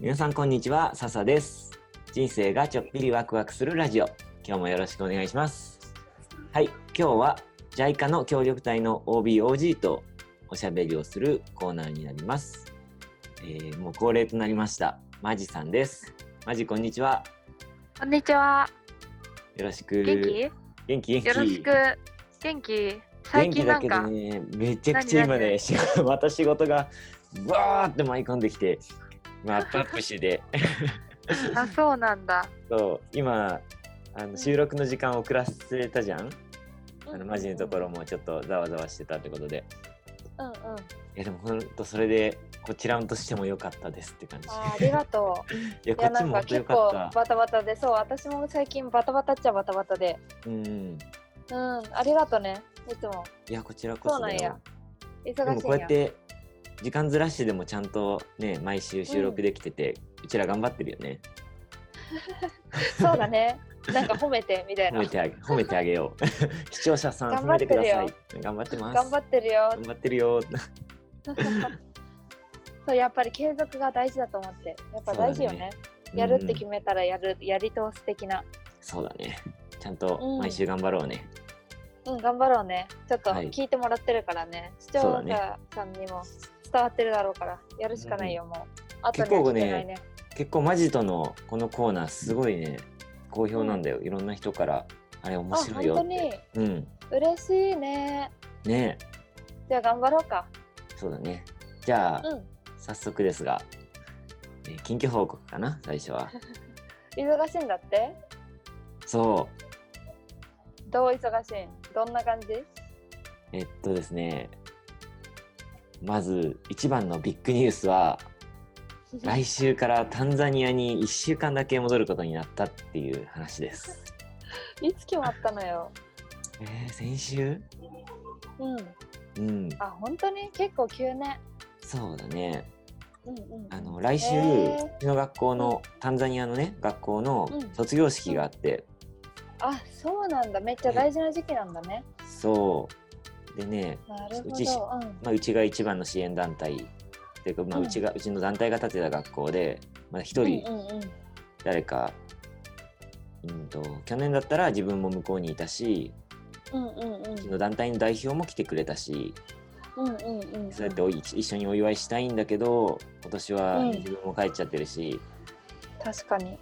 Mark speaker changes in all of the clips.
Speaker 1: 皆さんこんにちは笹です人生がちょっぴりワクワクするラジオ今日もよろしくお願いしますはい今日は JICA の協力隊の OBOG とおしゃべりをするコーナーになります、えーもう恒例となりましたマジさんですマジこんにちは
Speaker 2: こんにちは。
Speaker 1: よろしく
Speaker 2: 元気？よ
Speaker 1: 元気元気
Speaker 2: ろしく。元気。最
Speaker 1: 元気
Speaker 2: 近な
Speaker 1: だ
Speaker 2: ん
Speaker 1: けど
Speaker 2: か、
Speaker 1: ねめちゃくちゃ今ね
Speaker 2: 何
Speaker 1: 仕 事また仕事がわーって舞い込んできてまあプップしで
Speaker 2: あ、そうなんだ。
Speaker 1: そう今あの収録の時間遅らせたじゃんあのマジのところ
Speaker 2: も。
Speaker 1: もちょっとざわざわしてたってことで
Speaker 2: うんうん。あ
Speaker 1: いやでもほんとそれでこちらとしても良かったですって感じ
Speaker 3: あーありがとう。
Speaker 1: いや
Speaker 3: い
Speaker 1: こ
Speaker 3: や
Speaker 1: っ
Speaker 3: な
Speaker 1: ち
Speaker 3: ん
Speaker 1: も
Speaker 3: か
Speaker 1: 本当
Speaker 3: 結
Speaker 1: 良か
Speaker 3: 構
Speaker 1: った
Speaker 3: バタバタで、そう私も最近バタバタっちゃバタバタで、
Speaker 1: うん
Speaker 3: うんありがとね。いつも
Speaker 1: いやこちらこそだ
Speaker 3: そうなん
Speaker 1: よ
Speaker 3: や
Speaker 1: で
Speaker 3: 忙
Speaker 1: も
Speaker 3: しい
Speaker 1: こうんや
Speaker 3: や
Speaker 1: っ。て時間ずらしてでもちゃんとね毎週収録できてて、うちら頑張ってるよね
Speaker 3: そうだね。なんか褒めてみた
Speaker 1: 褒
Speaker 3: いな
Speaker 1: め。てあげ褒めてあげよう 視聴者さん
Speaker 3: 頑
Speaker 1: 褒
Speaker 3: 張
Speaker 1: め
Speaker 3: ってて
Speaker 1: く
Speaker 3: る
Speaker 1: だ
Speaker 3: よ
Speaker 1: さい頑張ってます
Speaker 3: 頑張ってるよ。
Speaker 1: 頑張ってるよ
Speaker 3: そうやっぱり継続が大事だと思って、やっぱ大事よね。やるって決
Speaker 1: うん
Speaker 3: めたらやる、やり通す的な。
Speaker 1: そうだねちゃんと
Speaker 3: うん
Speaker 1: 毎週頑張ろうね、
Speaker 3: うん頑張ろうね。ちょっと
Speaker 1: はい
Speaker 3: 聞いてもらってるからね。視聴
Speaker 1: そうだね
Speaker 3: 者さんにも伝わってるだろうから、やるしかないよもう。あと
Speaker 1: 結構ね
Speaker 3: ね、ないね。
Speaker 1: 結構マジとのこのコーナーすごいね好評なんだよ、いろんな人からあれ面
Speaker 3: あ
Speaker 1: 白
Speaker 3: 本
Speaker 1: いよ
Speaker 3: 当
Speaker 1: って
Speaker 3: に
Speaker 1: うん
Speaker 3: 嬉しいね。
Speaker 1: ねえ
Speaker 3: じゃあ頑張ろうか。
Speaker 1: そうだねじゃあ、
Speaker 3: うん。
Speaker 1: 早速ですが、えー近況報告かな最初 は
Speaker 3: 忙しいんだって
Speaker 1: そう
Speaker 3: どう忙しいんどんな感じ
Speaker 1: えっとですね、まず一番のビッグニュースは、来週からタンザニアに1週間だけ戻ることになったっていう話です。
Speaker 3: いつ決まったのよ
Speaker 1: えー、先週
Speaker 3: うん
Speaker 1: うん、
Speaker 3: あ本当に結構急ね
Speaker 1: そうだね。
Speaker 3: うんうん
Speaker 1: あの来週、
Speaker 3: へー
Speaker 1: うちの学校の、タンザニアのね、学校の
Speaker 3: うん
Speaker 1: 卒業式があって、
Speaker 3: あそうなんだめっちゃ大事な時期なんだね
Speaker 1: そう。でね、
Speaker 3: なるほ
Speaker 1: うちし
Speaker 3: どうん
Speaker 1: まあ、うちが一番の支援団体、っていうか、まあ、
Speaker 3: うん
Speaker 1: うちが、うちの団体が建てた学校で、まあ、一人、
Speaker 3: うんうんうん
Speaker 1: 誰か、うんと、去年だったら自分も向こうにいたし、
Speaker 3: うんうんうん
Speaker 1: うちの団体の代表も来てくれたし、
Speaker 3: うんうんうんうん
Speaker 1: そうやっておい一緒にお祝いしたいんだけど、今年は
Speaker 3: うん
Speaker 1: 自分も帰っちゃってるし、
Speaker 3: 確かに
Speaker 1: っ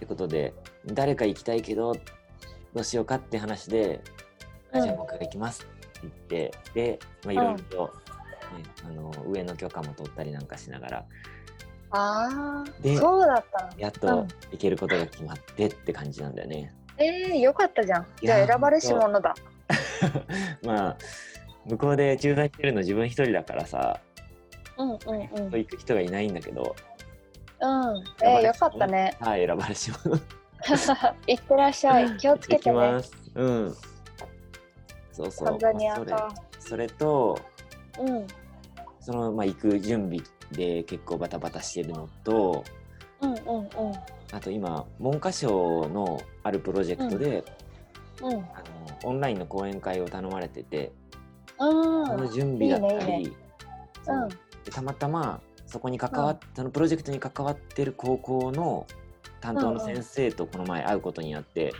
Speaker 1: てことで、誰か行きたいけど、どうしようかって話で、
Speaker 3: うん
Speaker 1: じゃあ僕が行きますって言って、で、まあ、いろいろと、ねあの上の許可も取ったりなんかしながら、
Speaker 3: あ
Speaker 1: で
Speaker 3: あそうだったの
Speaker 1: やっ
Speaker 3: う
Speaker 1: と
Speaker 3: ん
Speaker 1: 行けることが決まってって感じなんだよね。
Speaker 3: えー、よかったじゃん
Speaker 1: い
Speaker 3: じ
Speaker 1: や
Speaker 3: ゃあ選ばれし者だ
Speaker 1: まあ、向こうで駐在してるの自分一人だからさ、
Speaker 3: うんうんうんうん
Speaker 1: 行く人がいないんだけど、
Speaker 3: えー、よかったね
Speaker 1: はい、選ばれし者。
Speaker 3: いってらっしゃい気をつけて
Speaker 1: 行き
Speaker 3: ね
Speaker 1: ます。うん。そうそう。
Speaker 3: タンザニア
Speaker 1: まあ
Speaker 3: か
Speaker 1: それそれと、
Speaker 3: うん
Speaker 1: その、まあ、行く準備で結構バタバタしてるのと、
Speaker 3: うんうん
Speaker 1: あと今、文科省のあるプロジェクトで、
Speaker 3: うん
Speaker 1: あ
Speaker 3: うん
Speaker 1: のオンラインの講演会を頼まれてて、
Speaker 3: うん
Speaker 1: その準備だったり、
Speaker 3: いいねいい
Speaker 1: そう
Speaker 3: うん
Speaker 1: でたまたまそこに関わっ、そのプロジェクトに関わってる高校の担当の先生とこの前会うことになって、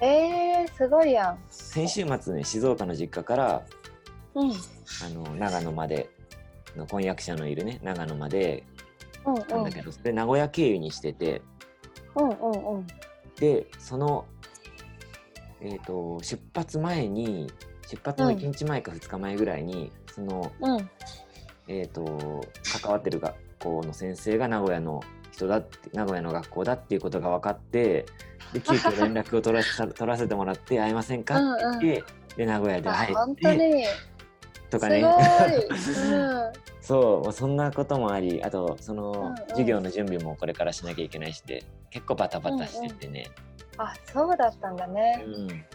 Speaker 3: えー、すごいやん。
Speaker 1: 先週末ね静岡の実家から
Speaker 3: うん。うん
Speaker 1: あの長野までの婚約者のいるね長野まで
Speaker 3: うん
Speaker 1: なんだけど、それ名古屋経由にしてて
Speaker 3: うんうんうん。
Speaker 1: でその、えー、と出発前に出発の
Speaker 3: うん
Speaker 1: 1日前か2日前ぐらいに、その、
Speaker 3: うん。
Speaker 1: えー、と関わってる学校の先生が名古屋の人だって名古屋の学校だっていうことが分かって で急遽連絡を取らせ取らせてもらって会えませんかって言って、で名古屋で
Speaker 3: あ
Speaker 1: 会
Speaker 3: 本当
Speaker 1: えて
Speaker 3: に。
Speaker 1: と
Speaker 3: すご
Speaker 1: か
Speaker 3: い。
Speaker 1: ね
Speaker 3: うん。
Speaker 1: そうもうそんなこともありあとその、
Speaker 3: うんうん
Speaker 1: 授業の準備もこれからしなきゃいけないしで結構バタバタしててね、
Speaker 3: あ、そうだったんだね。
Speaker 1: うん
Speaker 3: え